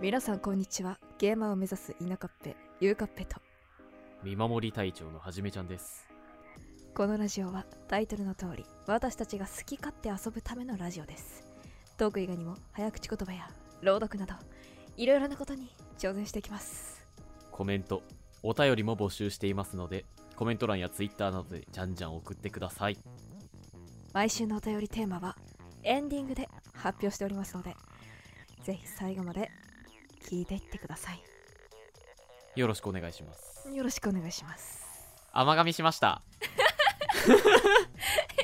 皆さんこんにちはゲーマーを目指す田舎っぺゆうかっぺと見守り隊長のはじめちゃんですこのラジオはタイトルの通り私たちが好き勝手遊ぶためのラジオですトーク以外にも早口言葉や朗読などいろいろなことに挑戦していきますコメントお便りも募集していますのでコメント欄やツイッターなどでじゃんじゃん送ってください毎週のお便りテーマはエンディングで発表しておりますのでぜひ最後まで聞いていってくださいよろしくお願いしますよろしくお願いします甘噛みしました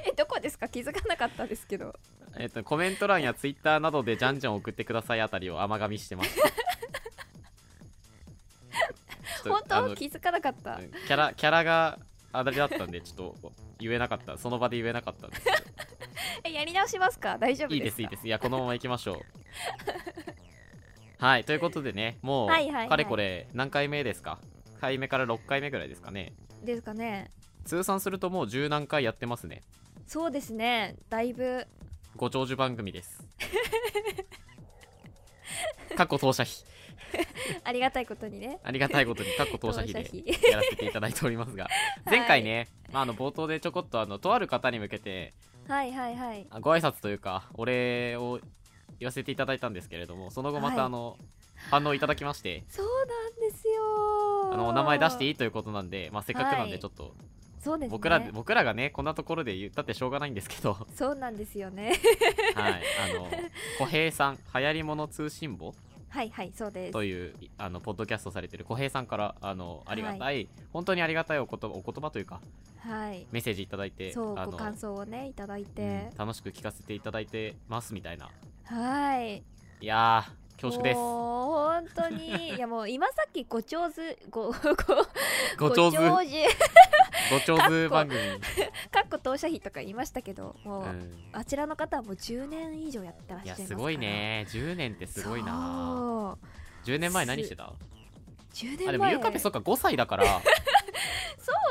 えどこですか気づかなかったですけどえっとコメント欄やツイッターなどでじゃんじゃん送ってくださいあたりを甘噛みしてます ちょ本っとあ当の気づかなかったうんキャラキャラがあれだったんでちょっと言えなかったその場で言えなかったんですけえやり直しますか大丈夫どいいでですすかいいですいやこのまま行きましょうはいということでねもう、はいはいはいかれこれ何回目ですか回目から6回目ぐらいですかねですかね通算するともう十何回やってますねそうですねだいぶご長寿番組です 過去当社費ありがたいことにねありがたいことに過去当社費当社で費 やらせていただいておりますがはい前回ね、まあ、あの冒頭でちょこっとあのとある方に向けてはいはいはいあご挨拶というかお礼を言わせていただいたんですけれどもその後まはたいあの、反応いただきましてそうなんですよあのお名前出していいいということなんで、まあ、せっかくなんはでいちょっとそうですね僕ら,、僕らがねこんなところで言ったってしょうがないんです けど、はい、そうなんですよね あの小平さん流行りもの通信簿はいはいそうですといういあのポッドキャストされてる小平さんからあのありがたい、は本当にありがたいお言葉お言葉というかはいメッセージいただいてそうあごの感想をねいただいてうん、楽しく聞かせていただいてますみたいなはいいやー恐縮ですもう本当 にいやもう今さっきご長寿ごごご長寿長ご寿長寿番組、かっこ当社費とか言いましたけどもう、うん、あちらの方はもう10年以上やってらっしいゃいますかやらすごいね10年ってすごいなそう10年前何してた10あで年も前ゆうかぺそっか5歳だからそ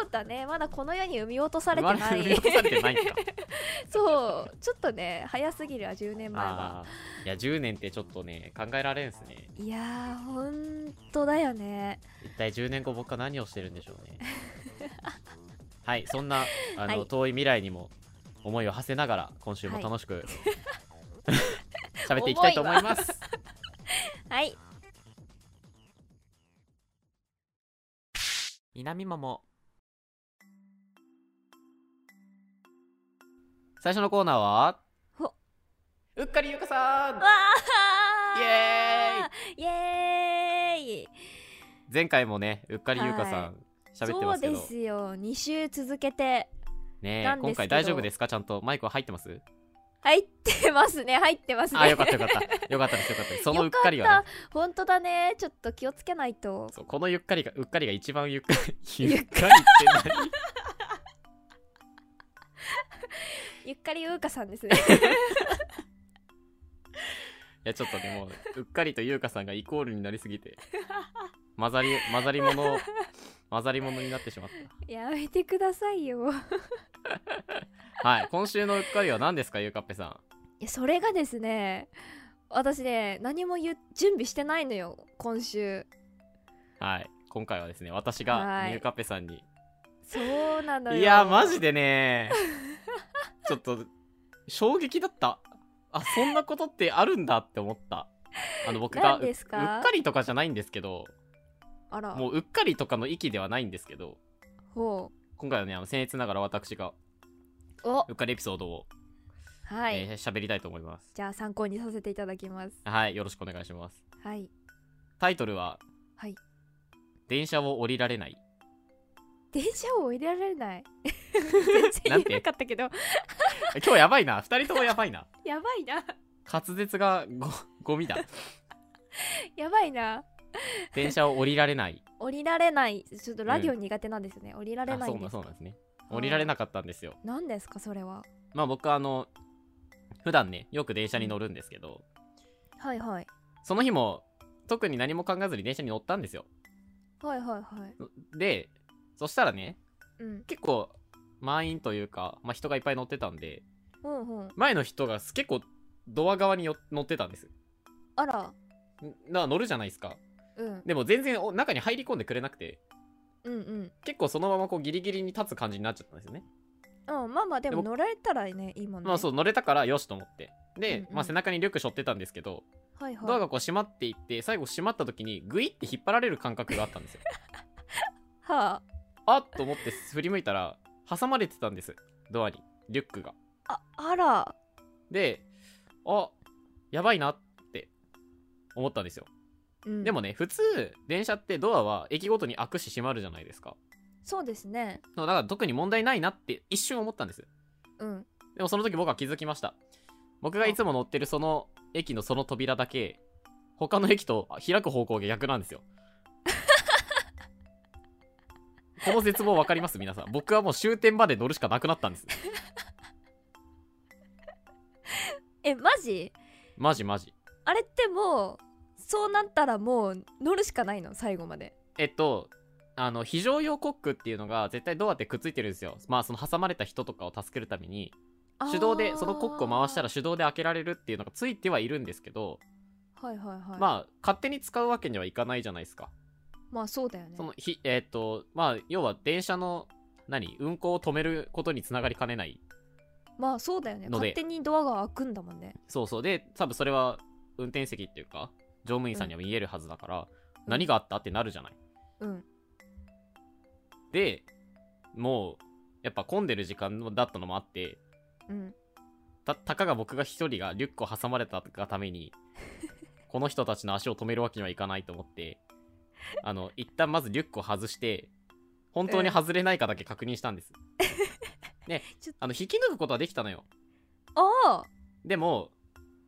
うだねまだこの世に産み落とされて生まなれ産いみ落とされてない んか そうちょっとね早すぎるわ10年前はあーいや10年ってちょっとね考えられんすねいやーほんとだよね一体10年後僕は何をしてるんでしょう ねはいそんなあの、はい遠い未来にも思いを馳せながら今週も楽 しく、喋っていきたいと思いますはい 南桃最初のコーナーはほうっかりゆうかさんわーイエイエーイ前回もねうっかりゆうかさん喋ってますけど、そうですよ2週続けてねえなんですけど今回大丈夫ですかちゃんとマイクは入っ てます入ってますね入ってますねあよかったよかったよかったですよかった ですそのうっよかかりがね ったほんとだねちょっと気をつけないとそうこのゆっかりがうっかりが一番ゆっかり ゆっかりって何ゆっかりうーかさん ですねいやちょっとねもううっかりと優香さんがイコールになりす ぎて混ざり混ざり物混ざり物になってしまっやめてくださいよたはい今週のうっかりは何ですかゆうかっぺさんいやそれがですね私ね何も言う準備してないのよ今週はい今回はですね私はがいゆうかっぺさんにそうなのよいやマジでね ちょっと衝撃だったあそんなことってあるんだって思ったあの僕が何ううでっすかかりとかじゃないんですけどあらもううっかりとかの域ではないんですけどほ今回はねあの僭越ながら私がうおうっかりエピソードをは喋、い、えー喋りたいと思いますじゃあ参考にさせていただきますはいよろしくお願いしますはいタイトルははい電車を降りられない 電車を降りられない全然言えなかったけど今日やばいな2人ともやばいなやばいな滑舌がごゴ ミだやばいな電車を降りられない降りられないちょっとラジオ苦手なんですよね、降りられあないそうんなですそうなんですね降りられなかったんですよ何ですかそれはまあ僕はあの普段ねよく電車に乗るんですけどはいはいその日も特に何も考えずに電車に乗ったんですよはいはいはいでそしたらねうん結構満員というか、まあ、人がいっぱい乗ってたんでうんうん前の人が結構ドア側によ乗ってたんですあらな乗るじゃないですかうんでも全然お中に入り込んでくれなくてうんうん結構そのままこうギリギリに立つ感じになっちゃったんですよねうんまあまあでもで乗られたらねいいもんねまあそうう乗れたからよしと思ってで、うんうんまあ、背中にリュック背負ってたんですけど、はいはいドアがこう閉まっていって最後閉まった時にグイって引っ張られる感覚があったんですよはあっと思って振り向いたら挟まれてたんですドアにリュックがあああらであやばいなって思ったんですよ、うんでもね普通電車ってドアは駅ごとに開くし閉まるじゃないですかそうですねだから特に問題ないなって一瞬思ったんですうんでもその時僕は気づきました。僕がいつも乗ってるその駅のその扉だけ、他の駅と開く方向が逆な んですよ。この絶望わかります皆さん。僕はもう終点まで乗るしかなくなったんです。えマジマジマジ。あれってもうそうなったらもう乗るしかないの最後までえっと、あの、非常用コックっていうのが絶対ドアってくっついてるんですよ。まあその挟まれた人とかを助けるために、手動で、そのコックを回したら手動で開けられるっていうのがついてはいるんですけど、はいはいはいまあまあ勝手に使うわけにはいかないじゃないですか。まあそうだよねそのひえーっ、とまあ要は電車の何運行を止めることにつながりかねないまあそうだよねので勝手にドアが開くんだもんねそうそうで多分それは運転席っていうか乗務員さんには言えるはずだから、何があったってなるじゃないうんでもうやっぱ混んでる時間だったのもあってうんたたかが僕が一人がリュックを挟まれたがた めにこの人たちの足を止めるわけにはいかないと思ってあの一旦まずリュックを外して本当に外れないかだけ確認したん です、ねちょっあの引き抜くことはできたのよああでも、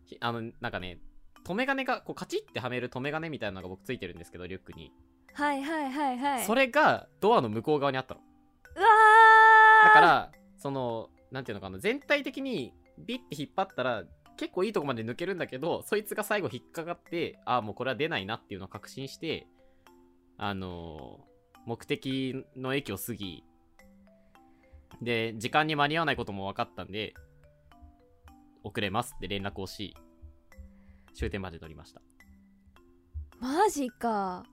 ひあの、なんかね、留め金が、こう、カチッってはめる留め金みたいなのが僕ついてるんですけど、リュックに。はいはいはいはいそれが、ドアの向こう側にあったの。うわーだから、その、なんていうのかな、全体的に、ビッて引っ張ったら、結構いいとこまで抜けるんだけど、そいつが最後引っかかって、ああ、もうこれは出ないなっていうのを確信して、あのー目的の駅を過ぎ、で、時間に間に合わないことも分かったんで、遅れますって連絡をし、終点まで乗りました。マジか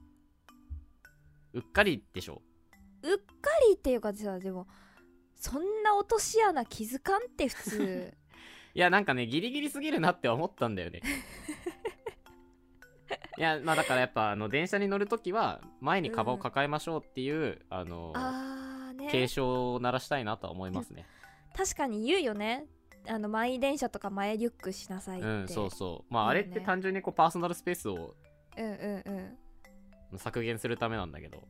うっかりでしょうっかりっていうかさでもそんな落とし穴気づかんって普 通いや、なんかね、ギリギリすぎるなって思ったんだ よね。いや、まあだからやっぱ、あの、電車に乗るときは、前にカバンを抱えましょうっていう、あの、あー警ね鐘を鳴らしたいなとは思いますね。確かに言うよねあの満員電車とか前リュックしなさいっうて、ん、そうそう。まあ、いいあよれねって単純にこう、パーソナルスペースをうんうんうん削減するためなんだけど。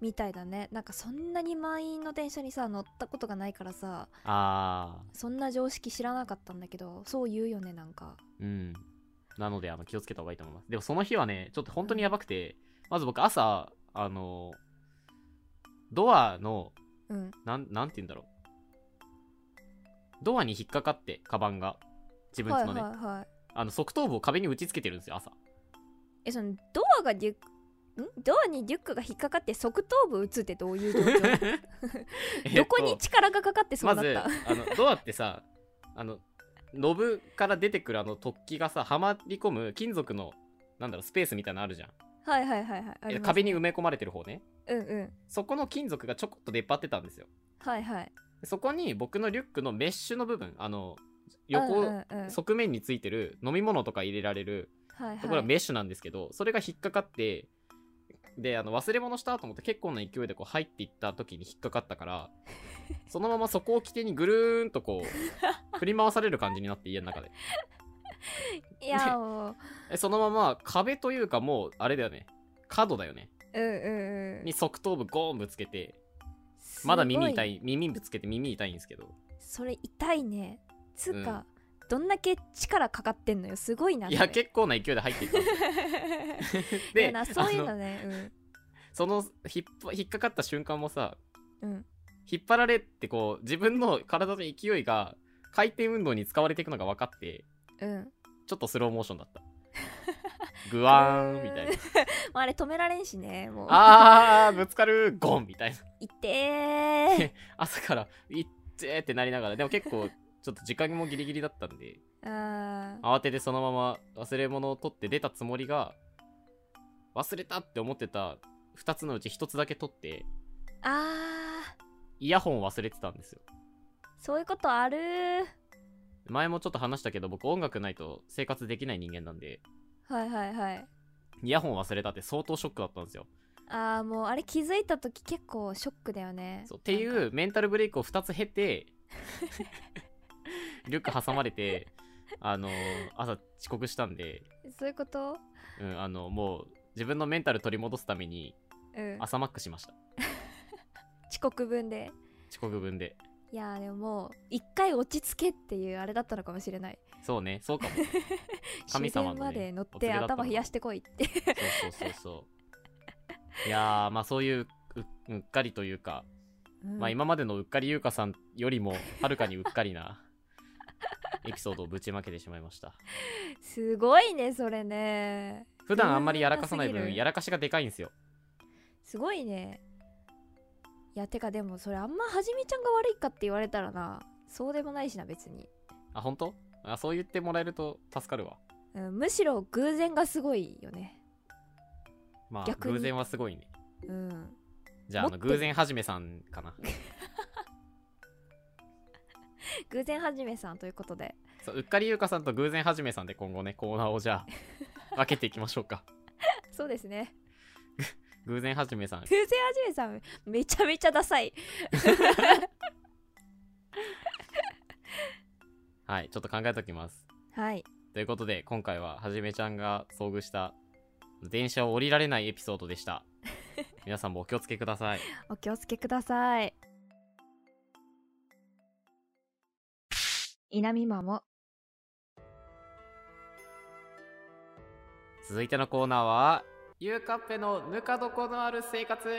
みたいだねなんかそんなに満員の電車にさ乗ったことがないからさあそんな常識知らなかったんだけどそう言うよねなんかー、うん。なので、あの、気をつけた方がいいと思います。でも、その日はね、ちょっと本当にやばくて、まず僕、朝、あの、ドアのうんなん、なんて言うんだろう。ドアに引っかかって、カバンが。自分はちいのはいね、はいあの、側頭部を壁に打ちつけてるんですよ、朝。えそのドアがリュックんドアにリュックが引っかかって側頭部打つってどういう状況 どこ えにっと力がかかってそうまなっず、た、あの、ドアってさ、あの、ノブから出てくるあの突起がさ、はまり込む金属の、なんだろう、スペースみたいなのあるじゃん。はいはいはいはいあります壁に埋め込まれてる方ね。うんうんそこの金属がちょこっと出っ張ってたんですよ。はいはいそこに僕のリュックのメッシュの部分、あの、うん横、うんうん側面についてる飲み物とか入れられるはいところははいメッシュなんですけど、それが引っかかってであの忘れ物したと思って結構な勢いでこう入っていった時に引っかかったから そのままそこを起点にぐるーんとこう振り回される感じになって家の中でいやもうえそのまま壁というかもうあれだよね角だよねうんうんうんに側頭部ゴーンぶつけてまだ耳痛すごいい耳ぶつけて耳痛いんですけどそれ痛いねつうか、どんだけ力かかってんのよすごいないやそれ結構な勢いで入っていったんですよ いやでなそういうあののねその引っ張引っかかった瞬間もさうんうん引っ張られってこう自分の体の勢いが回転運動に使われていくのが分かってうんちょっとスローモーション だったグワーンみたいなまあ、あれ止められんしねもうあーぶつかるゴンみたいな痛え 朝からいってーってなりながらでも結構ちょっと時間もギリギリだったんで、あー慌ててそのまま忘れ物を取って出たつもりが、忘れたって思ってた2つのうち1つだけ取って、あイヤホンを忘れてたんですよ。ーそういうことある前もちょっと話したけど、僕音楽ないと生活できない人間なんで、はいはいはいイヤホン忘れたって相当ショックだったんですよ。あーもうあれ気づいた時結構ショックだよねそうっていなんかうメンタルブレイクを2つ 経てリュック挟まれてあの朝遅刻したんで、そういうことうん、あのもう自分のメンタル取り戻すためにうん朝マックしました遅刻分で遅刻分でいやーでももう一回落ち着けっていうあれだったのかもしれないそうねそうかも神終様の電ねまで乗っお告てげだったのか頭冷やしてこいってそうそうそうそういやーまあそういうううっかりというか、うんまあ今までのうっかり優香さんよりも はるかにうっかりなエピソードをぶちまけてしまいま したすごいねそれね普段あんまりやらかさない偶然なす分ぎるやらかしがでかいんですよすごいねいやてかでもそれあんまはじめちゃんが悪いかって言われたらなそうでもないしな別に、あ本当あそう言ってもらえると助かるわうん、むしろ偶然がすごいよねまあ逆に偶然はすごいねうんじゃああの持ってる偶然はじめさんかな偶然はじめさんということでそううっかりゆうかさんと偶然はじめさんで今後ねコーナーをじゃ あ分けていきましょうかそうですね偶然はじめさん偶然はじめさんめちゃめちゃダサいはいちょっと考えときますはいということで今回ははじめちゃんが遭遇した電車を降りられないエピソードでした皆さんもお気をつけくださいお気をつけください稲見マも続いてのコーナーはゆうかっぺのぬか床のある生活イ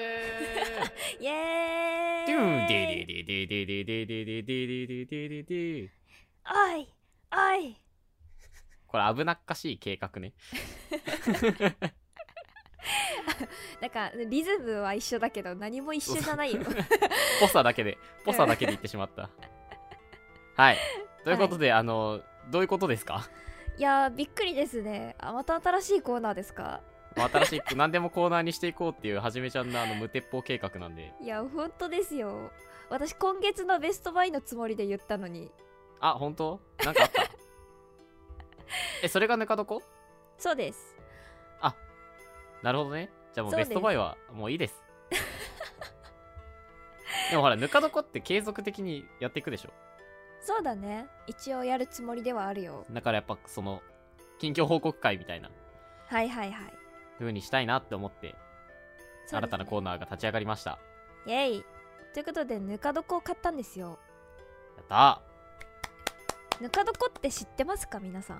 エドゥーンイデデデデデデデデデデデデデデおいおいこれ危なっかしい計画ね。なんかリズムは一緒だけど何も一緒じゃないよポサだけで、ポサだけで言ってしまった。はい。ということで、あの、どういうことですかいやーびっくりですねあまた新しいコーナーですかまあ新しい、何でもコーナーにしていこうっていう、はじめちゃんのあの無鉄砲計画なんで。いや本当ですよ私今月のベストバイのつもりで言ったのにあ、本当なんかあった。え、それがぬか床そうですなるほどね。じゃあもうそうでベすストバイはもういいです。 でもほら、ぬか床って継続的にやっていくでしょ。そうだね一応やるつもりではあるよだからやっぱその、近況報告会みたいなはいはいはい風にしたいなって思っそて、うですね新たなコーナーが立ち上がりました。イエイということでぬか床を買ったんですよやったぬか床って知ってますか皆さん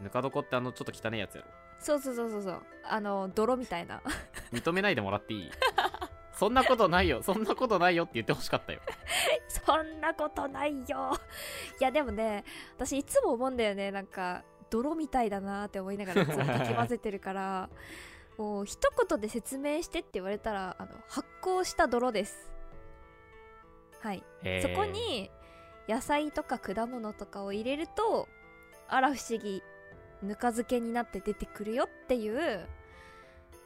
ーぬか床ってあのちょっと汚いやつやろそうそうそうそうそうあの泥みたいな認めないでもらって いいそんなことないよそんなことないよって言ってほしかったよそんなことないよ いやでもね私いつも思うんだよねなんか泥みたいだなって思いながらいつもかき混ぜてるから もう一言で説明してって言われたらあの発酵した泥ですはいへそーこに野菜とか果物とかを入れるとあら不思議ぬか漬けになって出てくるよっていう、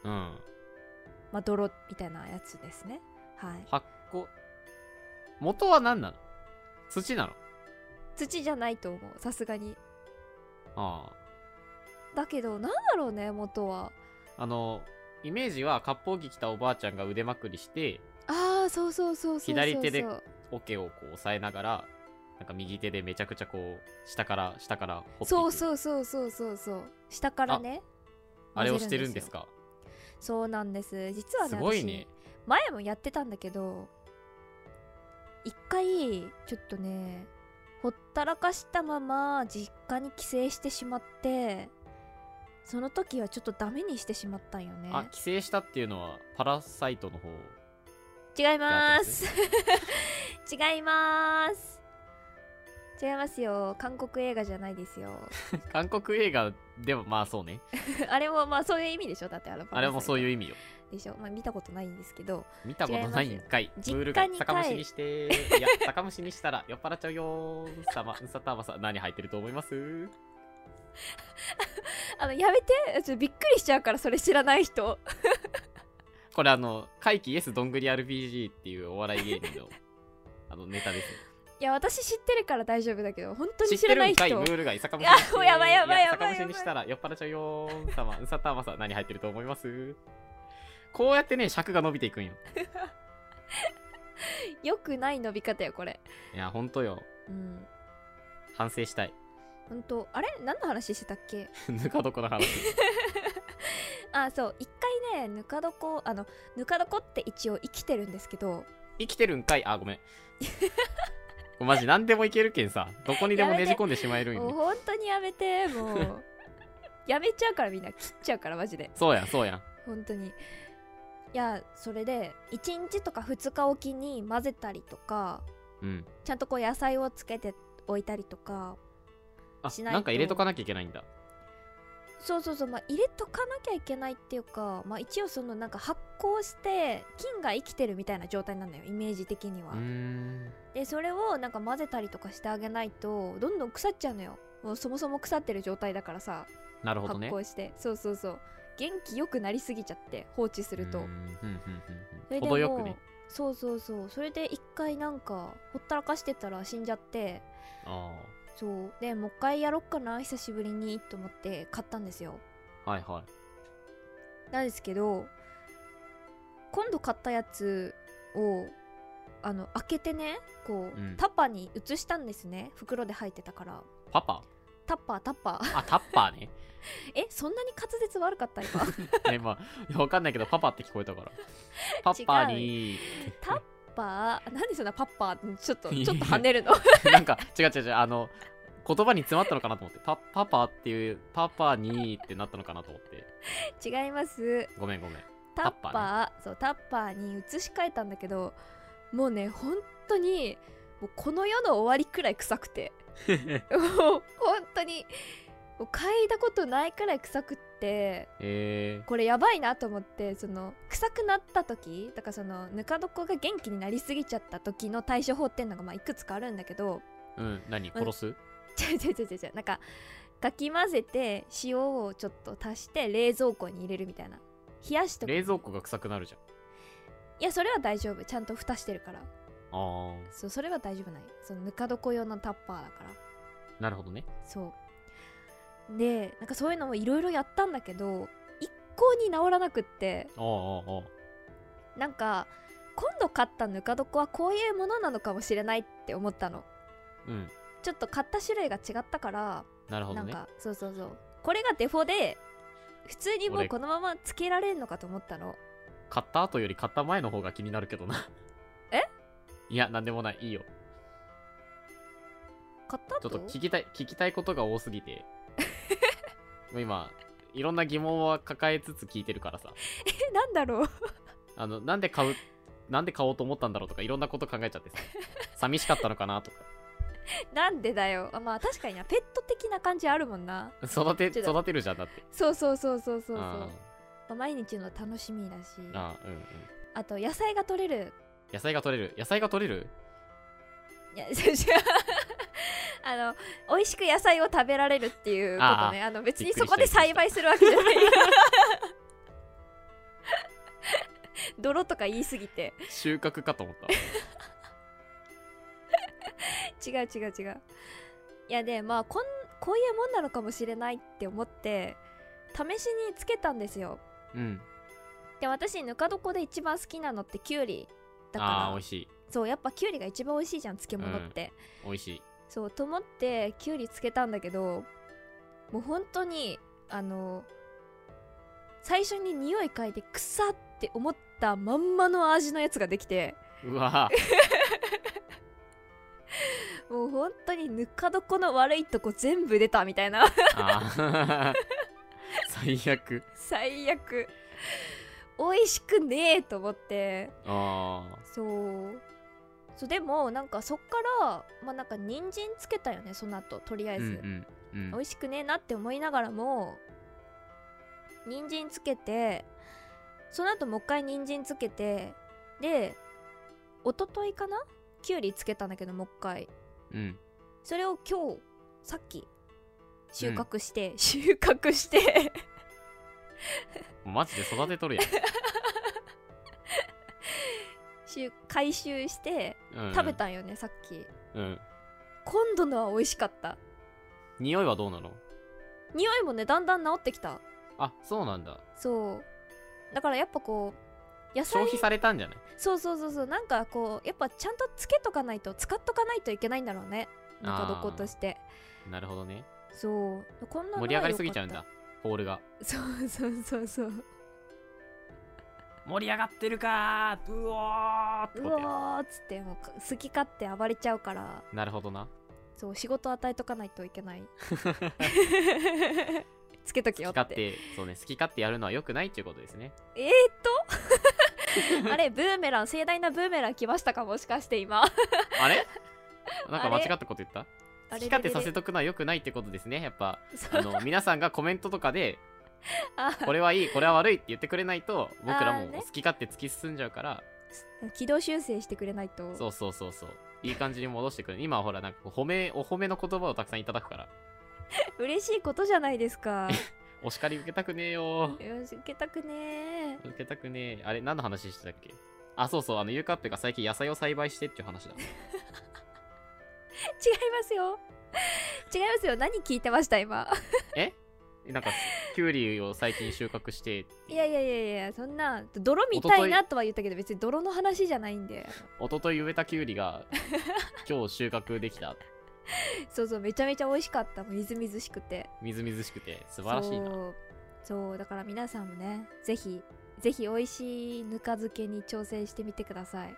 うんまあ、泥みたいなやつですねはい発酵元は何なの土なの土じゃないと思うさすがにあだけどなんだろうね元はああのイメージは割烹着着たおばあちゃんが腕まくりしてああそうそうそうそうそう左手でそう桶をこう押さえながらなんか右手でめちゃくちゃこう下から下から掘っていくそううそうそうそうそうそう下からねあれをしてるんです混ぜかるんですよそうなんです実はねすごいね私前もやってたんだけど一回ちょっとねほったらかしたまま実家に帰省してしまってその時はちょっとダメにしてしまったんよねあ帰省したっていうのはパラサイトの方 違います。 違います。違いますよ。韓国映画じゃないですよ。韓国映画でもまあそうね あれもまあそういう意味でしょだってあの。あれもそういうう意味よでしょ、まあ、見たことないんですけど見たことないんかい。違いますよムールが実家に帰酒蒸しにして。いや、酒蒸しにしたら酔っ払っちゃうよー。さま、さたまさん、何入ってると思いますあのやめてちょっとびっくりしちゃうからそれ知らない人 これあの、怪奇イエスどんぐり RPG っていうお笑い芸 人の、あの、ネタです。いや私知ってるから大丈夫だけど本当知にっ知てらるないん人かい、ムールが酒蒸しにいやして。もうやばいやばいややばい酒蒸しにしたら酔っ払っちゃうよー。さま、さたまさん、何入ってると思いますこうやってね、尺が伸びていくんよ。よくない伸び方よこれいや、ほんとよ。うん反省したい。 本当あれ何の話してたっけぬか床の話。あそう一回ねぬか床あのぬか床って一応生きてるんですけど生きてるんかいあ、ごめん。マジ、何でもいけるけんさ。どこにでもねじ込んでしまえるんよもうね。本当にやめてもうやめちゃうからみんな切っちゃうからマジでそうやん、そうやん。本当にいやそれで1日とか2日おきに混ぜたりとかうん。ちゃんとこう野菜をつけておいたりとかあし、ないとなんか入れとかなきゃいけないんだ。そうそうそうまあ入れとかなきゃいけないっていうかまあ一応そのなんか発酵して菌が生きてるみたいな状態なんだよイメージ的にはうーん。でそれをなんか混ぜたりとかしてあげないとどんどん腐っちゃうのよもうそもそも腐ってる状態だからさなるほ発どね。酵して、そうそうそう元気よくなりすぎちゃって放置するとうーんうんうんそうんうれんで程よもくう、ね。そうそうそうそれで一回なんかほったらかしてたら死んじゃってあそうでもう一回やろっかな久しぶりにと思って買ったんですよあ、はいはい。なんですけど今度買ったやつをあの開けてねこう、うんタッパーに移したんですね袋で入ってたからパパ タッパータッパー あ、タッパーね。えそんなに滑舌悪かった 今え、まあ、いやわかんないけど、パパって聞こえ たから。パッパーにタッパーなんでそんなパッパーってちょっといやちょっと跳ねるの なんか、違う違う違う、あの、言葉に詰まったのかなと思って、パパパっていう、パパにってなったのかなと思って。違いますごめん ごめん。タッパータそうタッパーに移し替えたんだけどもうね本当にもうこの世の終わりくらい臭くて もう本当にもう嗅いだことないくらい臭くってえこれやばいなと思ってその臭くなった時だからそのぬか床が元気になりすぎちゃった時の対処法っていうのがまあいくつかあるんだけどー、うん、何殺す違う違う違う違うなんかかき混ぜて塩をちょっと足して冷蔵庫に入れるみたいな冷やしとく冷蔵庫が臭くなるじゃん。いやそれは大丈夫ちゃんと蓋してるからあそうそれは大丈夫ないそのぬか床用のタッパーだからあ、なるほどね。そうでなんかそういうのもいろいろやったんだけど一向に治らなくってああ、ああ、なんか今度買ったぬか床はこういうものなのかもしれないって思ったのうん、ちょっと買った種類が違ったからなるほなどんね。かそうそうそうこれがデフォで普通にもうこのままつけられるのかと思ったの買った後より買った前の方が気になるけどな。えいや、なんでもない。いいよ。買ったち後ょっと聞きたい、聞きたいことが多すぎ て。もう今、いろんな疑問は抱えつつ聞いてるからさ。えなんだろう あの、なんで買う、なんで買おうと思ったんだろうとか、いろんなこと考えちゃってさ。寂しかったのか なとか。なんでだよあまあ確かになペット的な感じあるもんな育て、ちょっと育てるじゃん、だって。そうそうそうそうそうそうあまあ毎日の楽しみだしーあー、うんうん。あと野菜が取れる野菜が取れる。野菜が取れるいや 違うあの美味しく野菜を食べられるっていうことねあの別にそこで栽培するわけじゃない泥とか言いすぎて収穫かと思った。違う違う違ういやでまあこんこういうもんなのかもしれないって思って試しにつけたんですようん。で私ぬか床で一番好きなのってきゅうりだかああー、美ら味しい。そうやっぱきゅうりが一番美味しいじゃん漬物って、美味しい。そうと思ってきゅうりつけたんだけどもう本当にあの最初に匂い嗅いで臭って思ったまんまの味のやつができてうわーもう本当にぬか床の悪いとこ全部出たみたいな あー最悪。最悪美味しくねえと思ってああ。そうそうでもなんかそっからまあなんか人参つけたよねその後とりあえうず、んうん美うん、味しくねえなって思いながらも人参つけてその後もう一回人参つけてで一昨日かなきゅうりつけたんだけどもう一回うん。それを今日さっき収穫して、収穫してマジで育てとるや収回収してん。う ん、食べ。たんよね、さっきうん。今度のは美味しかった匂いはどうなの匂いもねだんだん治ってきたあ、そうなんだ。そうだからやっぱこう野消菜費されたんじゃないそうそうそうそうなんかこうやっぱちゃんとつけとかないと使っとかないといけないんだろうねぬか床としてなるほどね。そうこんなのは盛り上がりすぎちゃうん良だか。ホールが。ったそうそうそう そう盛り上がってるかーうおーってうことや。わーっつってもう好き勝手暴れちゃうからなるほどな。そう仕事与えとかないといけ ないつけと好ききよっ勝て手、そうね、好き勝手やるのは良くないっていうことですね。えー、っ とあれブーメラン盛大なブーメラン来ましたかもしかして今 あれなんかあ間違れったこと言ったあ好れき勝手れれさせとくのは良くないってことですね。やっぱ、そうあの、皆さんがコメントとかで、あこれはいい、これは悪いって言ってくれない と、僕らあーもね好き勝手突き進んじゃうから、軌道修正してくれないとそうそうそうそう。いい感じに戻してくる。今はほら、なんかこう褒め、お褒めの言葉をたくさんいただくから、嬉しいことじゃないですかお叱り受けたくねえよー。よし受けたくね受けたくねえ。あれ、何の話してたっけあ、そうそう、あの、ゆうかっぺが最近野菜を栽培してっていう話だ。ー違いますよ違いますよ何聞いてました今えなんか、キュウリを最近収穫して、いやいやいやいやそんな泥見たいなとは言ったけど別に泥の話じゃないんで一昨日植えたキュウリ が、今日収穫できた。そうそうめちゃめちゃ美味しかったもうみずみずしくてみずみずしくて、素晴らしいな。そうそうだから皆さんもねぜひぜひ美味しいぬか漬けに挑戦してみてください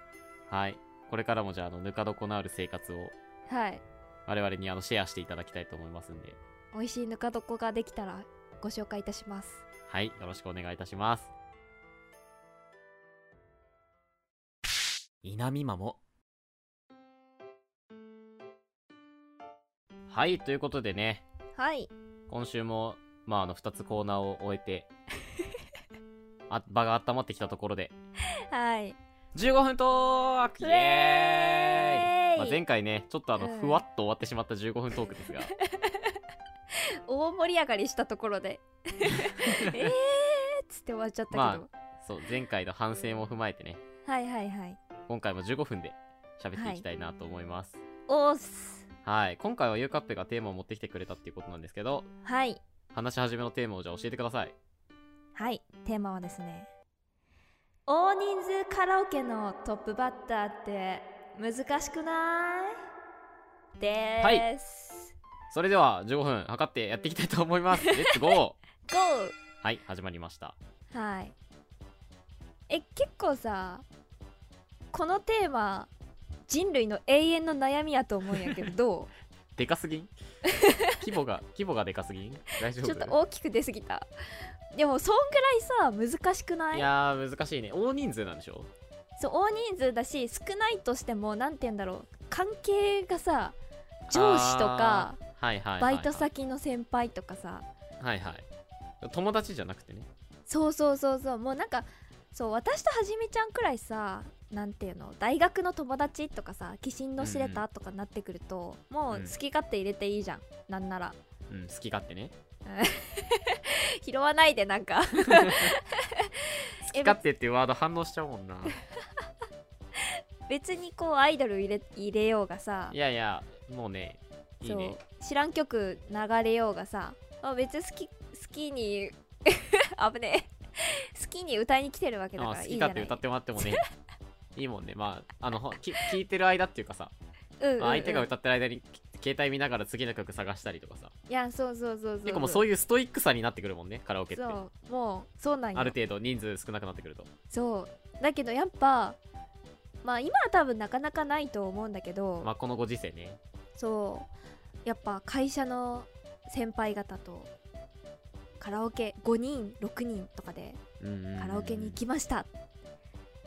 はい。これからもじゃあ、あの、ぬか床のある生活を、はい我々にあの、シェアしていただきたいと思いますんで、美味しいぬか床ができたらご紹介いたしますはい。よろしくお願いいたします。稲見まも。はい。ということでね、はい今週も、まあ、あの、2つコーナーを終え て、あ場が温まってきたところで、はい15分トークイエーイイエーイまあ、前回ね、ちょっとあの、うんふわっと終わってしまった15分トークですが、大盛り上がりしたところ でえーっつって終わっちゃったけど、まそう、前回の反省も踏まえてね、はいはいはい今回も15分で喋っていきたいなと思います。おーっすはい。今回はゆうかっぺがテーマを持ってきてくれたっていうことなんですけど、はい話し始めのテーマをじゃあ教えてください。はいテーマはですね大人数カラオケのトップバッターって難しくないではーす、それでは、15分測ってやっていきたいと思い ます。レッツゴーはい、始まりました。 GO! はいえ結構さこのテーマ人類の永遠の悩みやと思うんやけどどでか すぎん規模が規模がでかすぎん大丈う夫ちょっと大きく出すぎたでもそんぐらいさ難しくないいやー難しいね大人数なんでしょそう大人数だし少ないとしても何て言うんだろう関係がさ上司とかあーはいはいはいはバいイト先の先輩とかさはいはい友達じゃなくてねそうそうそうそうもうなんかそう私とはじめちゃんくらいさなんていうの大学の友達とかさ寄進の知れうんうたとかになってくると、もううん好き勝手入れていいじゃん、なんなら うん好き勝手ね拾わないでなんか好き勝手っていうワード反応しちゃうも んな別にこうアイドル入れ入れようがさいやいやもうねいいねそう知らん曲流れようがさあ別に好き好きに 危ねえ好きに歌いに来てるわけだあかーら好いいきじゃ勝な手い歌ってもらって もねいいもんねまああのほき聞いてる間っていうかさ、うんうんうんまあ相手が歌ってる間にき携帯見ながら次の曲探したりとかさいやそうそうそうそう結構もうそういうストイックさになってくるもんねカラオケってそうもうそうなんよある程度人数少なくなってくるとそうだけどやっぱまあ今は多分なかなかないと思うんだけど、まあこのご時世ねそうやっぱ会社の先輩方とカラオケ5人6人とかでカカラオケに行きました、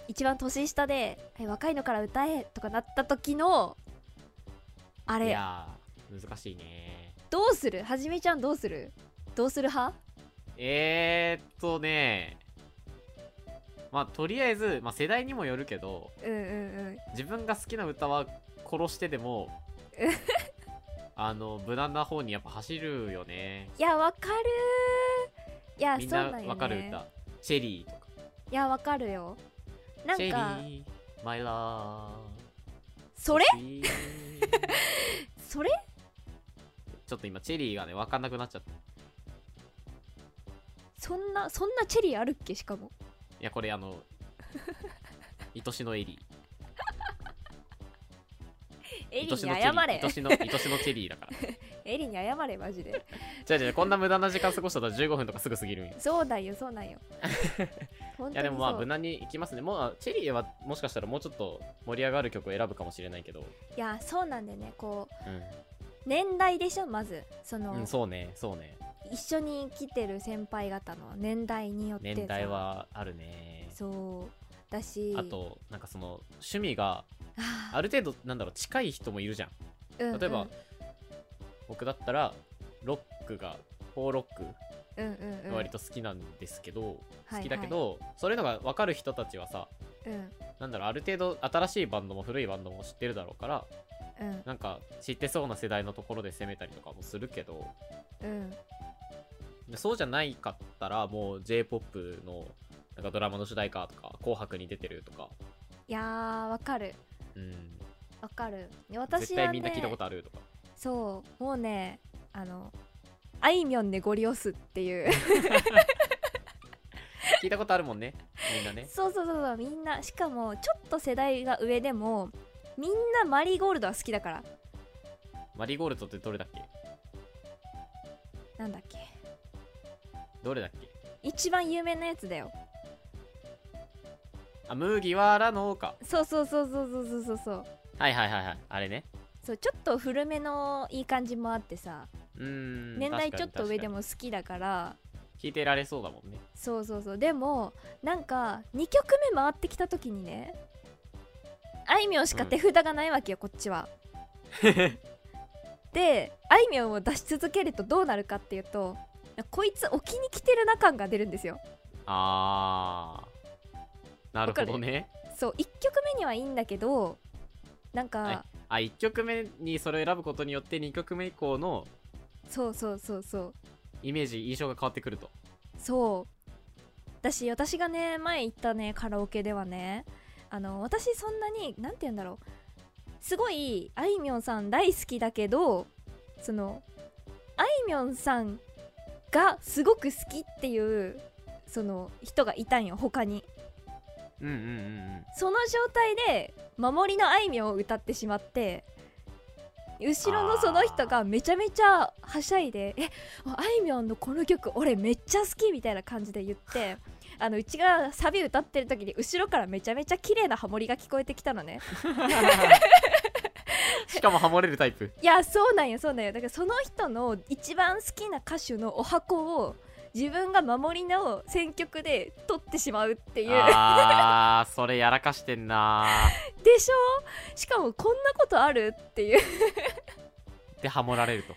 一番年下でえ若いのから歌えとかなった時のあいれやー難しいねどうするはじめちゃんどうするどうする派えー、っとねまあとりあえず、まあ、世代にもよるけどうんうん自分が好きな歌は殺して でもあの無難な方にやっぱ走るよねいやわかるーいやみんそうななんよ、ね、わかる歌、チェリーとかいやわかるよなんチェリかーマイラーそれちそれょっと今チェリーがねわかんなくなっちゃったいそんなそんなチェリーあるっけしかもやこれあの愛しのエリーエリ愛しーのにチェ謝リーれ愛しの愛しのチェリーだからエリーに謝れマジで違う違うこんな無駄な時間過ごしたら15分とかすぐ過ぎるんよそうだよそうなんよ本当にそう いやでもまあ無難にいきますね。もうあチェリーはもしかしたらもうちょっと盛り上がる曲を選ぶかもしれないけど。いやそうなんでねこうう年代でしょまずその、ん、うん、そうね、そうね。一緒に生きてる先輩方の年代によってさ年代はあるね。そうだしあと、なんかその趣味があある程度、なんだろう、近い人もいるじゃん。ー例えば、うん僕だったら、ロックが、フォーロックうんうんうんが割と好きなんですけど、はい好きだけど、そういうのが分かる人たちはさ、うんなんだろう、ある程度新しいバンドも古いバンドも知ってるだろうから、うんなんか知ってそうな世代のところで攻めたりとかもするけど、うんでそうじゃないかったらもう J−POP のなんかドラマの主題歌とか「紅白」に出てるとか、いやーわかるうん、わかる私絶は、ね、対みんな聞いたことあるとかそうもうねあのあいみょんねごり押すっていう聞いたことあるもんねみんなね そうそうそうそうみんなしかもちょっと世代が上でもみんなマリーゴールドは好きだからマリーゴールドってどれだっけなんだっけどれだっけ一番有名なやつだよあ麦わらのかそうそうそうそうそうそうそうそうはいはいはいはいあれねそうちょっと古めのいい感じもあってさうーん年代確かにちょっと上で確も好きだからかに聞いてられそうだもんねそうそうそうでもなんか2曲目回ってきた時にねあいみょんしか手札がないわけよ、こっちは であいみょんを出し続けるとどうなるかっていうとこいつ置きに来てるな感が出るんですよあーなるほどねそう1曲目にはいいんだけどなんか、はいあ1曲目にそれを選ぶことによって2曲目以降のそうそうそうそうイメージ印象が変わってくるとそうだし私がね前行ったねカラオケではねあの私そんなに何て言うんだろうすごいあいみょんさん大好きだけどそのあいみょんさんがすごく好きっていうその人がいたんよ他にうんうんうんうんその状態で守りのあいみょんを歌ってしまって後ろのその人がめちゃめちゃはしゃいで「えあいみょんのこの曲俺めっちゃ好き」みたいな感じで言ってあのうちがサビ歌ってる時に後ろからめちゃめちゃ綺麗なハモリが聞こえてきたのね しかもハモれるタイプいやそうなんよそうなんよだからその人の一番好きな歌手のお箱を自分が守りの選曲で取ってしまうっていうあーそれやらかしてんなでしょしかもこんなことあるっていうでハモられると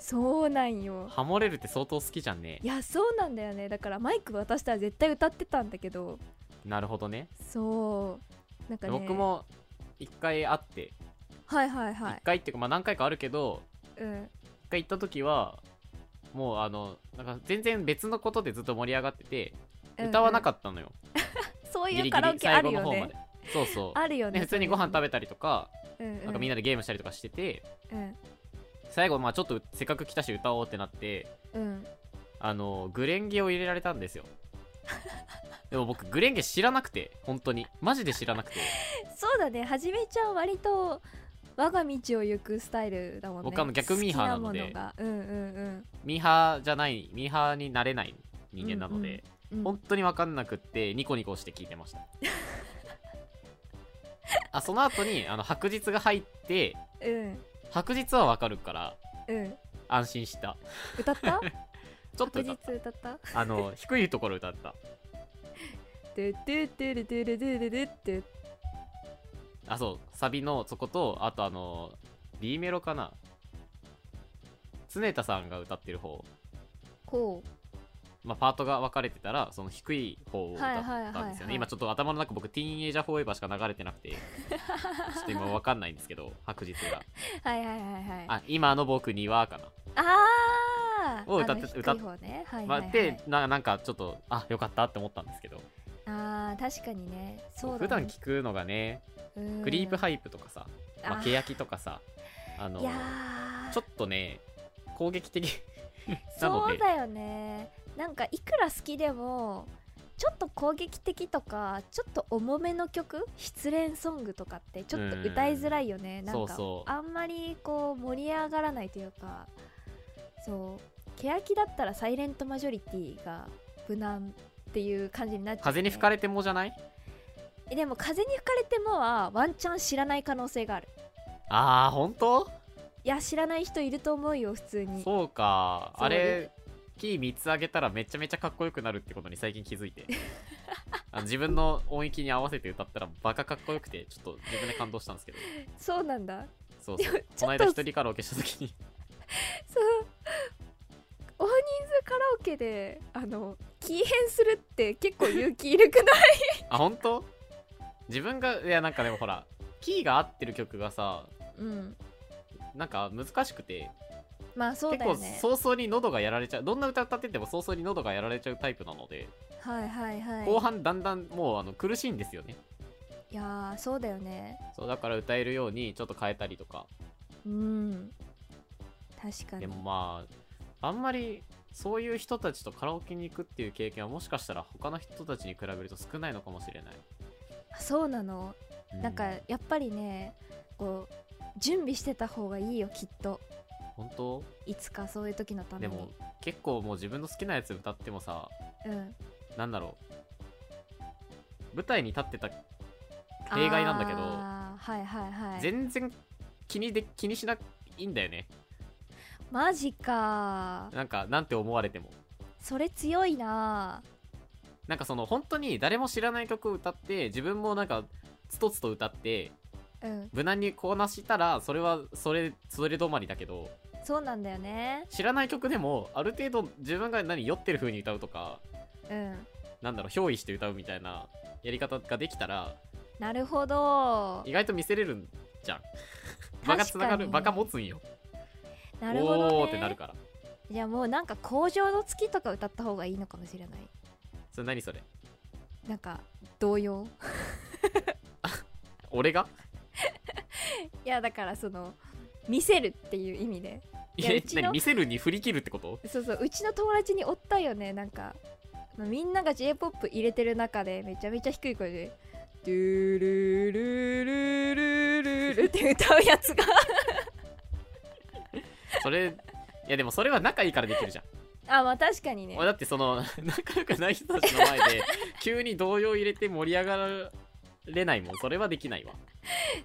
そうなんよハモれるって相当好きじゃんねいやそうなんだよねだからマイク渡したら絶対歌ってたんだけどなるほどねそうなんかね僕も一回会ってはいはい一、はい回っていうかまあ何回かあるけどうん一回行った時はもうあのなんか全然別のことでずっと盛り上がってて歌わなかっったのよ、た、そうギいリうギカラオリケあ最る後のよ方まねでそうそう あるよねで普通にご飯食べたりとかべ、うんうん、なんかみんなでゲームしたりとかしててうん最後まあちょっとせっかく来たし歌おうってなってうんあのグレンゲを入れられた んですよでも僕グレンゲ知らなくて本当にマジで知らなくて、そうだねはじめちゃん割と我が道を行くスタイルだもんね僕あの逆ミーハーなので好きものがうんうんミーハーじゃないミーハーになれない人間なのうんで、うんうん本当に分かんなくってニコニコして聞い てましたあその後にあの白日が入ってうん白日は分かるからうん安心した歌ったちょっと確歌っ実歌ったたあの低いところ歌ったでででででででででってあそうサビのそことあとあの B メロかな常田さんが歌ってる方こうまあ、パートが分かれてたらその低い方だったんですはいはいはよいはいね今ちょっと頭の中僕「ティーンエイジャーフォーエバー」しか流れてな くてちょっと今分かんないんですけど白日がはいはいはいはいああ今の僕にはかな、あーを歌ってあの低歌っい方ねはいまはあい、はい、でななんかちょっとあよかったって思ったんですけど、あー確かにねそうだ、ね、普段聞くのがねクリープハイプとかさ、あまあ、ーケヤキとかさあのいやーちょっとね攻撃的 なのそうでだよねなんかいくら好きでもちょっと攻撃的とかちょっと重めの曲失恋ソングとかってちょっと歌いづらいよねんなんかそうそうあんまりこう盛り上がらないというかそう欅だったらサイレントマジョリティが無難っていう感じになっちゃう、風に吹かれれてもじゃないでも風に吹かれてもはワンチャン知らない可能性があるあー本当いや知らない人いると思うよ普通にそうかそうあれキー3つ上げたらめちゃめちゃかっこよくなるってことに最近気づ いてあの自分の音域に合わせて歌ったらバカかっこよくてちょっと自分で感動したんですけどそうなんだそうでそもうちょっとこの間一人カラオケした時に そう大人数カラオケであのキー変するって結構勇気いるくないあ本当自分がいやなんかでもほらキーが合ってる曲がさ うんなんか難しくて、まあそう結だ構よね早々に喉がやられちゃうどんな歌歌ってても早々に喉がやられちゃうタイプなので、はいはいはい後半だんだんもうあの苦しいんですよねいやーそうだよねそうだから歌えるようにちょっと変えたりとかうん確かにでもまああんまりそういう人たちとカラオケに行くっていう経験はもしかしたら他の人たちに比べると少ないのかもしれない、あそうなのうなんかやっぱりねこう準備してた方がいいよきっと本当いつかそういう時のためでにも結構もう自分の好きなやつ歌ってもさうんなんだろう舞台に立ってた例外なんだけどあーはいはいはい全然気にで気にしなくいいんだよねマジかなんかなんて思われてもそれ強いななんかその本当に誰も知らない曲を歌って自分もなんかつとつと歌ってうん無難にこなしたらそれはそれそれ止まりだけどそうなんだよね知らない曲でもある程度自分が何酔ってる風に歌うとかうんなんだろう憑依して歌うみたいなやり方ができたらなるほど意外と見せれるんじゃん場がつながる確かに場が持つんよなるほど、ね、おーってなるからじゃあもうなんか「工場の月」とか歌った方がいいのかもしれないそれ何それなんか童謡俺が いやだからその見せるっていう意味でいやえうちの何見せるに振り切るってことそうそううちの友達におったよねなんかまあみんなが j p o p 入れてる中でめちゃめちゃ低い声で「ドゥルルルルルル」って歌うやつがそれいやでもそれは仲いいからできるじゃんあまあ確かにね俺だってその仲良くない人たちの前で急に動揺入れて盛り上がれないもんそれはできないわ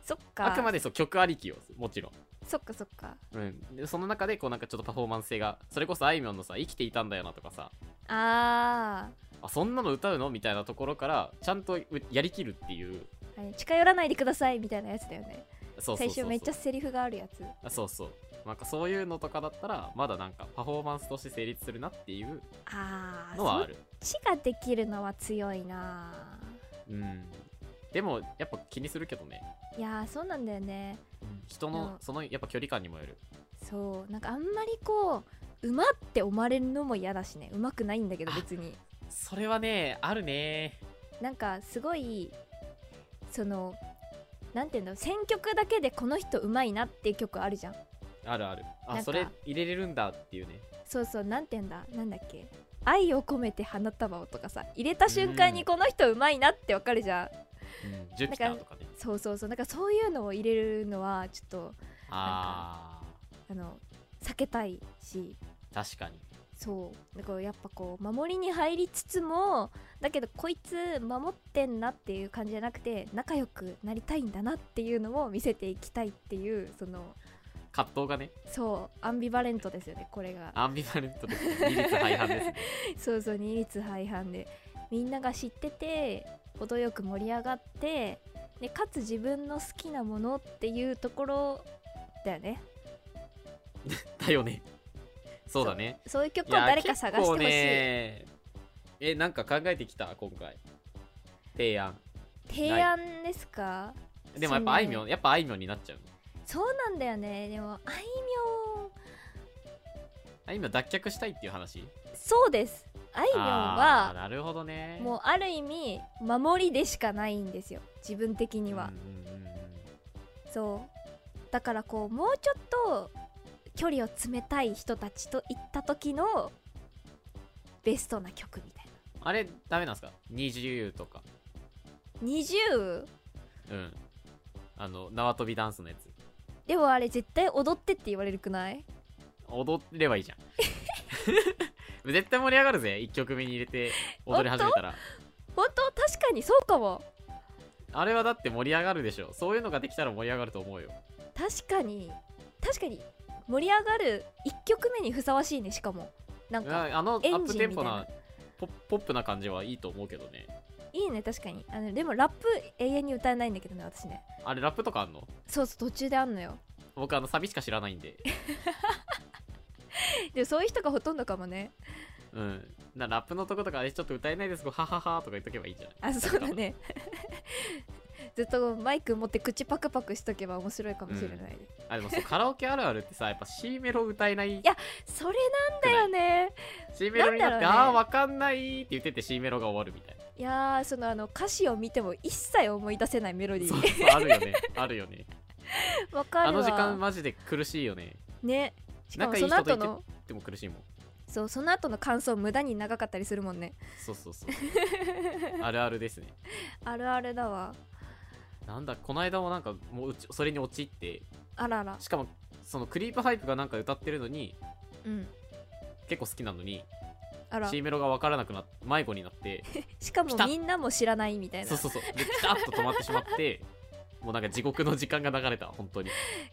そっかあくまでそう曲ありきよもちろんそっかそっかうん、でその中でこうなんかちょっとパフォーマンス性がそれこそあいみょんのさ「生きていたんだよな」とかさああそんなの歌うのみたいなところからちゃんとうやりきるっていうーあれ近寄らないでくださいみたいなやつだよねそうそうそ最う初めっちゃセリフがあるやつゃそうそうなんかそういうのとかだったらまだなんかパフォーマンスとして成立するなっていうあーのはそあっるちができるのは強いなうんでもやっぱ気にするけどねいやーそうなんだよね人いやのそのやっぱ距離感にもよるそうなんかあんまりこううまって思われるのも嫌だしねうまくないんだけどあ別にそれはねあるねなんかすごいそのなんていうの選曲だけでこの人うまいなっていう曲あるじゃんあるあるなんあかそれ入れれるんだっていうねそうそうなんていうんだなんだっけ愛を込めて花束をとかさ入れた瞬間にこの人うまいなってわかるじゃんうんジュピターとかねそうそうそうなんかそういうのを入れるのはちょっとああの避けたいしー確かにそうだからやっぱこう守りに入りつつもだけどこいつ守ってんなっていう感じじゃなくて仲良くなりたいんだなっていうのも見せていきたいっていうその葛藤がねそうアンビバレントですよねこれがアンビバレントですね。二律背反ですね。そうそう二律背反でみんなが知ってて程よく盛り上がってでかつ自分の好きなものっていうところだよねだよね。そうだね。 そういう曲を誰かいや探してほしい結構ね、えなんか考えてきた今回提案提案ですかでもやっぱあいみそょんやっぱあいみょんになっちゃうのそうなんだよねでもあいみょんあいみょん脱却したいっていう話そうですあいみょんあーはなるほどねもうある意味守りでしかないんですよ自分的うには、んうんうんうんそうだからこうもうちょっと距離を詰めたい人たちと行った時のベストな曲みたいなあれダメなんですか20とか20うんあの縄跳びダンスのやつでもあれ絶対踊ってって言われるくない踊ればいいじゃ ん 絶対盛り上がるぜ1曲目に入れて踊り始めたら本当確かにそうかもあれはだって盛り上がるでしょそういうのができたら盛り上がると思うよ確かに確かに盛り上がる1曲目にふさわしいねしかもなんかああのアエッンプジテンンみたポいななポポップな感じはいいと思うけどねいいね確かにあのでもラップ永遠に歌えないんだけどね私ねあれラップとかあんのそうそう途中であんのよ僕あのサビしか知らない んででもそういう人がほとんどかもねうんなラップのとことかあれちょっと歌えないですごはははとか言っとけばいいんじゃないあそうだね ずっとマイク持って口パクパクしとけば面白いかもしれない、あでもそうカラオケあるあるってさやっぱ C メロ歌えないそれなんだよね C メロになっなて、んだろうねああーわかんないって言ってて C メロが終わるみたいないやーそのあの歌詞を見ても一切思い出せないメロディそうーそうあるよねあるよ ねわかるわあの時間マジで苦しいよねねしかも仲いいその人と後いてのでも苦しいもんそうその後の感想無駄に長かったりするもんねそうそ うそうあるあるですねあるあるだわなんだこの間もなんかもううちそれに陥ってあららしかもそのクリープハイプがなんか歌ってるのにうん結構好きなのにあら C メロが分からなくなって迷子になってしかもピタッみんなも知らないみたいそなうそうそうでピタッと止まってしまってもうなんか地獄の時間が流れた本当に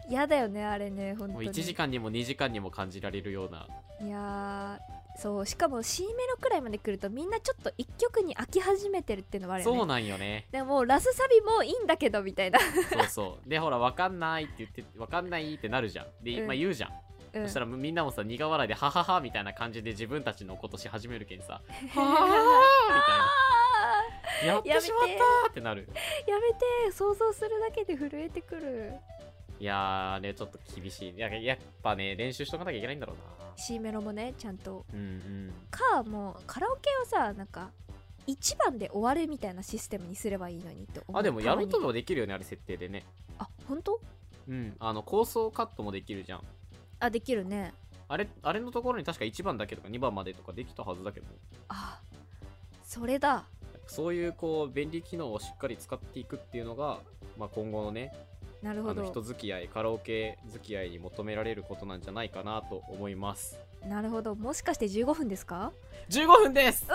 嫌だよねあれね本も当うに1時間にも2時間にも感じられるようないやーそうしかも C メロくらいまで来るとみんなちょっと一曲に飽き始めてるっていうのもあるよねそうなんよねでももうラスサビもういいんだけどみたいな、そうそうでほら分かんないって言って分かんないってなるじゃんで、うんまあ、言うじゃん、うんそしたらみんなもさ苦笑いで「ははは」みたいな感じで自分たちのことし始めるけ んさ「ははは」あみたいな「やってしまった」ってなるーやめて想像するだけで震えてくるいやーあれちょっと厳しいいややっぱね練習しとかなきゃいけないんだろうな C メロもねちゃんとうんうんかもうカラオケをさなんか1番で終わるみたいなシステムにすればいいのにって思うあでもやろうとたまもにできるよねあれ設定でねあ本当うんあの構想カットもできるじゃんあできるねあれあれのところに確か1番だけとか2番までとかできたはずだけどあそれだやっぱそういうこう便利機能をしっかり使っていくっていうのが、まあ、今後のねなるあほの人ど付き合いカラオケ付き合いに求められることなんじゃないかなと思い ますなるほどもしかして15分ですか15分です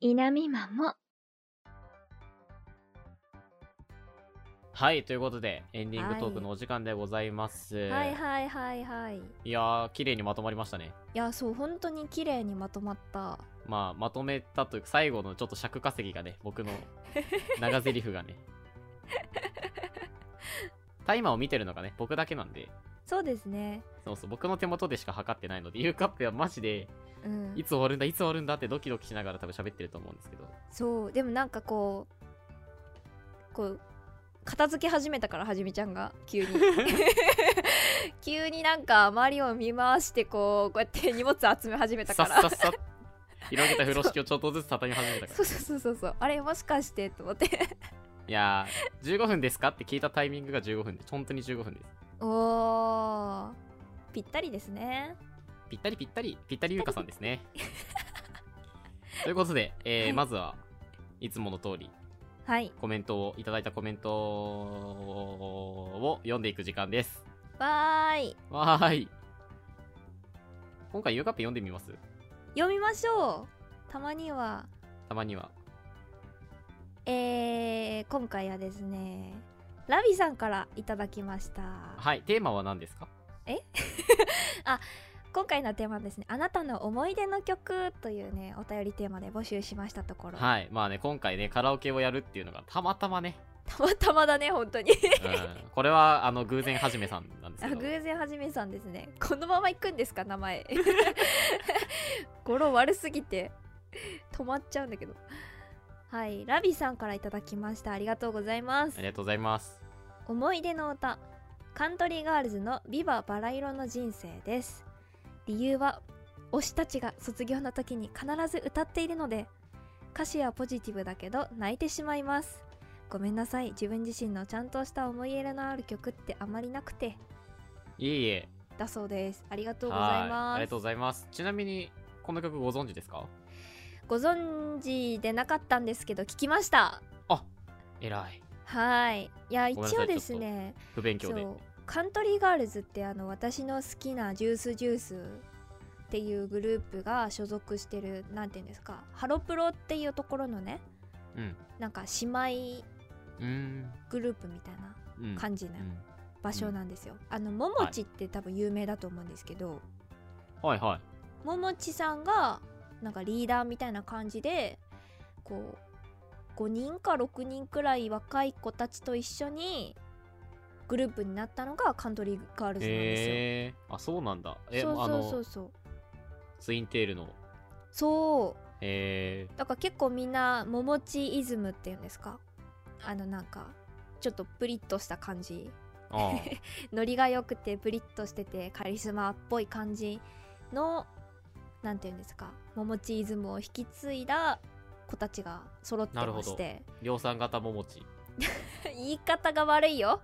稲見まもはいということでエンディングトークのお時間でございます、はいはいはいはいいいやー綺麗にまとまりましたねやそう本当に綺麗にまとまったまあまとめたというか最後のちょっと尺稼ぎがね 僕の長台詞がねタイマーを見てるのがね僕だけなんでそうですねそうそう僕の手元でしか測ってないので U カップはマジでうんいつ終わるんだいつ終わるんだってドキドキしながら多分喋ってると思うんですけどそうでもなんかこうこう片付け始めたからはじめちゃんが急 に急になんか周りを見回してこうこうやって荷物集め始めたさかっらさっさっ広げた風呂敷をちょっとずつ畳み始めたかそうそうそうそうそうあれもしかしてと思ってらいやー15分ですかって聞いたタイミングが15分で本当に15分ですおーぴったりですねぴったりぴったりぴったりゆうかさんです ねということで、えーはいまずはいつもの通りはいコメントをいただいたコメントを読んでいく時間ですわーいわーい今回ゆうかっぺ読んでみます読みましょうたまにはたまにはえー、今回はですねラビさんからいただきましたはいテーマは何ですか今回のテーマはですね「あなたの思い出の曲」というねお便りテーマで募集しましたところ、はいまあね今回ねカラオケをやるっていうのがたまたまね、たまたまだね本当にうん、これはあの偶然はじめさんなんですあけど偶然はじめさんですねこのまま行くんですか名 前語呂悪すぎて止まっちゃうんだけどはいラビさんからいただきましたありがとうございますありがとうございます思い出の歌カントリーガールズの「ビババラ色の人生」です理由は推したちが卒業の時に必ず歌っているので歌詞はポジティブだけど泣いてしまいますごめんなさい自分自身のちゃんとした思い入れのある曲ってあまりなくていえいえだそうですありがとうございはいあますりがとうございますちなみにこの曲ご存知ですかご存知でなかったんですけど聞きましたえらいはいいや一ごめんなさい応ですね不勉そ強でうカントリーガールズってあの私の好きなジュースジュースっていうグループが所属してるなんていうんですかハロプロっていうところのねうんなんか姉妹うーんグループみたいなうん感じのうん場所なんですよ、あのももちって多分有名だと思うんですけど、はいはいももちさんがなんかリーダーみたいな感じでこう5人か6人くらい若い子たちと一緒にグループになったのがカントリーガールズなんでえー、あそうなんだえすよ。そうあそうそのうそうツインテールのそえうだから結構みんなももちイズムっていうんですかあのなんかちょっとプリッとした感じー、ああ ノリが良くてプリッとしててカリスマっぽい感じのなんていうんですかももちイズムを引き継いだ子たちが揃ってまして量産型ももち言い方が悪い よ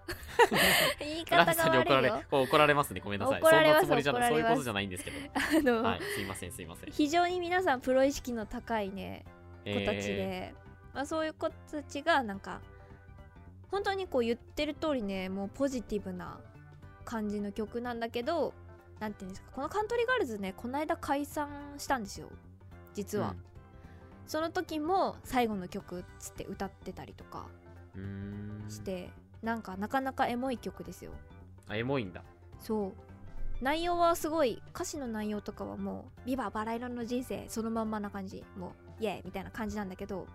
言いラ方ビさがんに怒ら悪いれよ怒られますねごめんなさい怒られますそんなつもりじゃない怒そられういうますことじゃないんですけどあの、はいすいませんすいません非常に皆さんプロ意識の高いね子たちえで、まあ、そういう子たちがなんか本当にこう言ってる通りねもうポジティブな感じの曲なんだけどなんていうんですかこのカントリーガールズねこの間解散したんですよー実は、その時も最後の曲っつって歌ってたりとかうんうーんして、なんかなかなかエモい曲ですよあエモいんだそう内容はすごい歌詞の内容とかはもう「ビババラ色の人生」そのまんまな感じもうイエーイみたいな感じなんだけど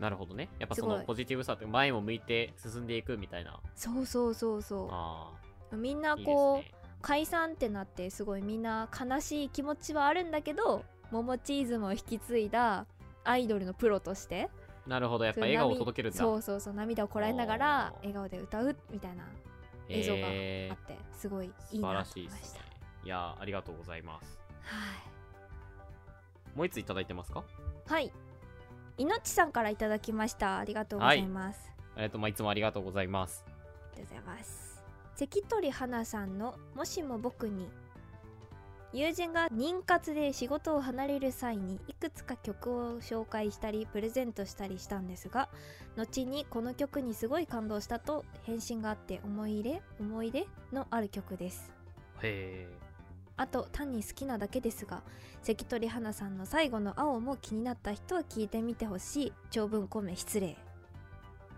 なるほどねやっぱすそごいのポジティブさって前を向いて進んでいくみたいなそうそうそうそうあみんあないいこうですね解散ってなってすごいみんな悲しい気持ちはあるんだけどモモチーズムを引き継いだアイドルのプロとしてなるほどやっぱそういう笑顔を涙届けるんだそうそうそう涙をこらえながらおー笑顔で歌うみたいな映像がえあーってすごいい素い晴ならとしい思いでましすたねいやーありがとうございますはもう一ついただいてますかいはいいのちさんからいただきましたありがとうございます、えっとまあいつもありがとうございますありがとうございます関取花さんの「もしも僕に」友人が妊活で仕事を離れる際にいくつか曲を紹介したりプレゼントしたりしたんですが後にこの曲にすごい感動したと返信があって思い入れ思い出のある曲ですへあと単に好きなだけですが関取花さんの最後の青も気になった人は聞いてみてほしい長文込め失礼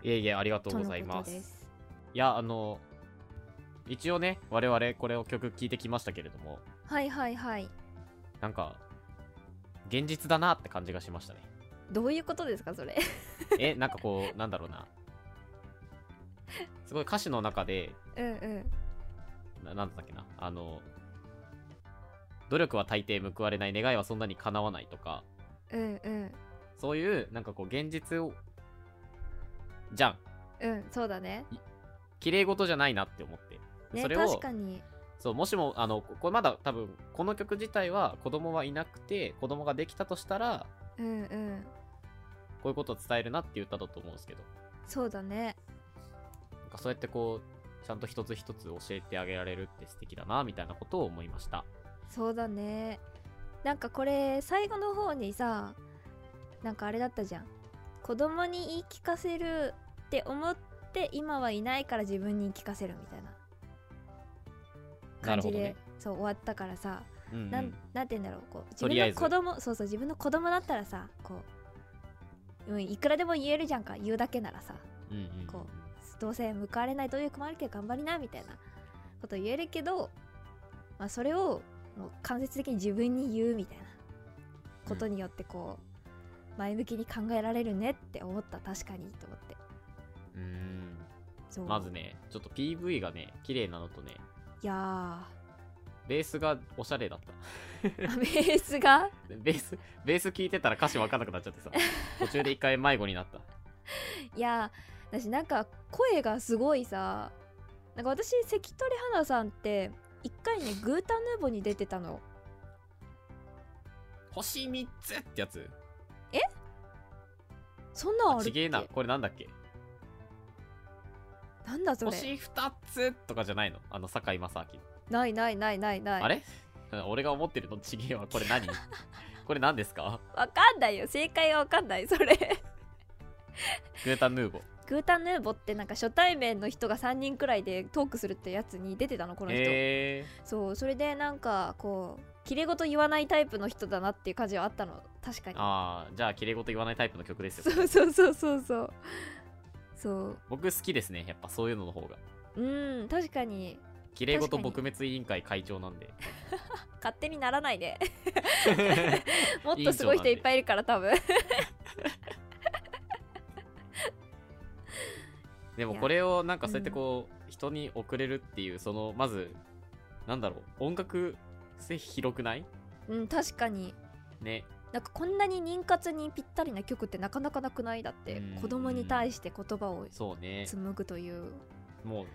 えいえいえありがととうごのざいこまとすですいやあの一応ね我々これを曲聴いてきましたけれどもはいはいはいなんか現実だなって感じがしましたねどういうことですかそれえなんかこう なんだろうなすごい歌詞の中でうんうんななんだっけなあの努力は大抵報われない願いはそんなに叶わないとかうんうんそういうなんかこう現実をじゃんうんそうだね綺麗事じゃないなって思って、ねそれを確かにそうもしもあのここれまだ多分この曲自体は子供はいなくて子供ができたとしたらうんうんこういうことを伝えるなって言っただと思うんですけどそうだねなんかそうやってこうちゃんと一つ一つ教えてあげられるって素敵だなみたいなことを思いましたそうだねなんかこれ最後の方にさなんかあれだったじゃん子供に言い聞かせるって思って今はいないから自分に言い聞かせるみたいなな感るほじどで、ね、そう終わったからさ、うんうんなんなんて言うんだろうこう自とりあえ分のず子供そうそう自分の子供だったらさこう、うん、いくらでも言えるじゃんか言うだけならさうんうんうんこどうせ報われない努力もあるけど頑張りなみたいなこと言えるけど、まあ、それをもう間接的に自分に言うみたいなことによってこう、前向きに考えられるねって思った確かにと思ってうーんそうまずねちょっと PV がね綺麗なのとねいやーあベースがおしゃれだった。 ベースがでベース、ベース聞いてたら歌詞わかんなくなっちゃってさ。途中で一回迷子にな った。いやー私なんか声がすごいさなんか私関取花さんって一回ねグータンヌーボに出てたの星3つってやつ。そんなんあるちっげけえな。これなんだっけなんだそれ星2つとかじゃないのあの、堺正明。ないないないないないあれうん俺が思ってるのちげえわ。こ れ何これ何ですかわかんないよ正解がわかんないそれグータンヌーボ。グータンヌーボってなんか初対面の人が3人くらいでトークするってやつに出てたのこの人、へえそうそれでなんかこうきれい事言わないタイプの人だなっていう感じはあったの確かにー。ああ、じゃあ、綺麗事言わないタイプの曲ですよ。そうそうそうそうそうそう僕好きですね。やっぱそういうのの方が。うん確かに綺麗事確かに撲滅委員会会長なんで。勝手になら ないでもっとすごい人いっぱいいるから多分でもいやこれをなんかそうやってこう、人に送れるっていうそのまずなんだろう音楽性広くないうん確かにねなんかこんなに妊活にぴったりな曲ってなかなかなくないだってうん子供に対して言葉をそうね紡ぐというもう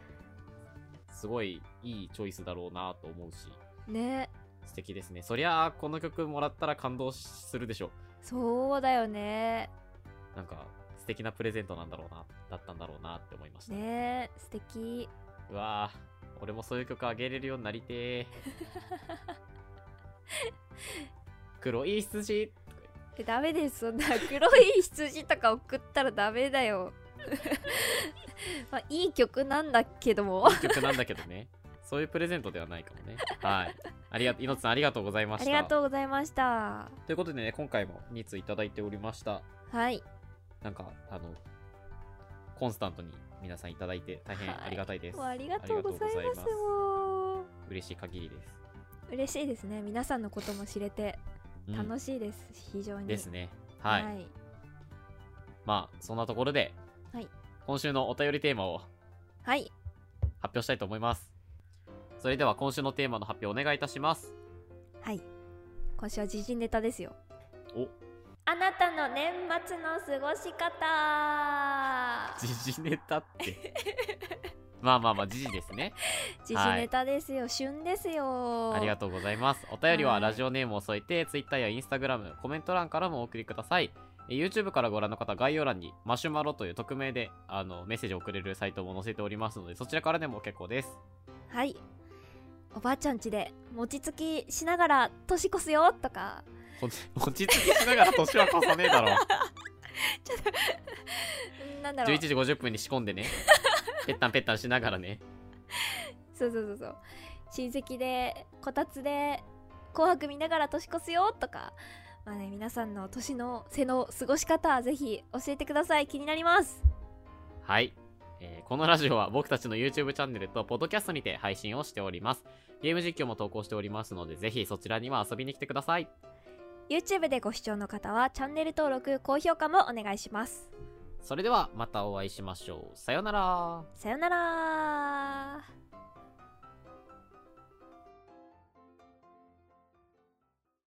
すごいいいチョイスだろうなと思うしね素敵ですねそりゃあこの曲もらったら感動するでしょそうだよねうなんか素敵なプレゼントなんだろうなだったんだろうなって思いました、ね素敵うわあ俺もそういう曲あげれるようになりて ー黒い羊えダメですそん な黒い羊とか送ったらダメだよ まあいい曲なんだけどもいい曲なんだけどね。そういうプレゼントではないかもね。はい。ありが、いのつさんありがとうございまあした。りがとうございましたということでね、今回も2通いただいておりました。はいなんか、あの、コンスタントに皆さんいただいて大変ありがたいです。もうありがとうございありまがとすうございもうます嬉しい限りです。嬉しいですね皆さんのことも知れてうん楽しいです、非常にですね。はい。はい、まあ、そんなところで、はい今週のお便りテーマをはい発表したいと思います。それでは今週のテーマの発表お願いいたします。はい今週は時事ネタですよお、あなたの年末の過ごし方時事ネタって。 まあまあまあ、時事ですね。時事ネタですよ、旬ですよありがとうございます。お便りははいラジオネームを添えて、Twitter や Instagram、コメント欄からもお送りください。え YouTube からご覧の方、概要欄にマシュマロという匿名であのメッセージを送れるサイトも載せておりますので、そちらからでも結構です。はいおばあちゃん家で餅つきしながら年越すよとかこ 落ち着きしながら年は重ねえだろ。うんなんだろう11時50分に仕込ん でね。ぺったんぺったんしながらね。そうそうそうそう親戚でこたつで紅白見ながら年越すよとかまあね皆さんの年の瀬の過ごし方ぜひ教えてください気になりますはい、えーこのラジオは僕たちの YouTube チャンネルとポッドキャストにて配信をしております。ゲーム実況も投稿しておりますので、ぜひそちらには遊びに来てください。 YouTube でご視聴の方はチャンネル登録高評価もお願いしますそれではまたお会いしましょう。さようなら。さよなら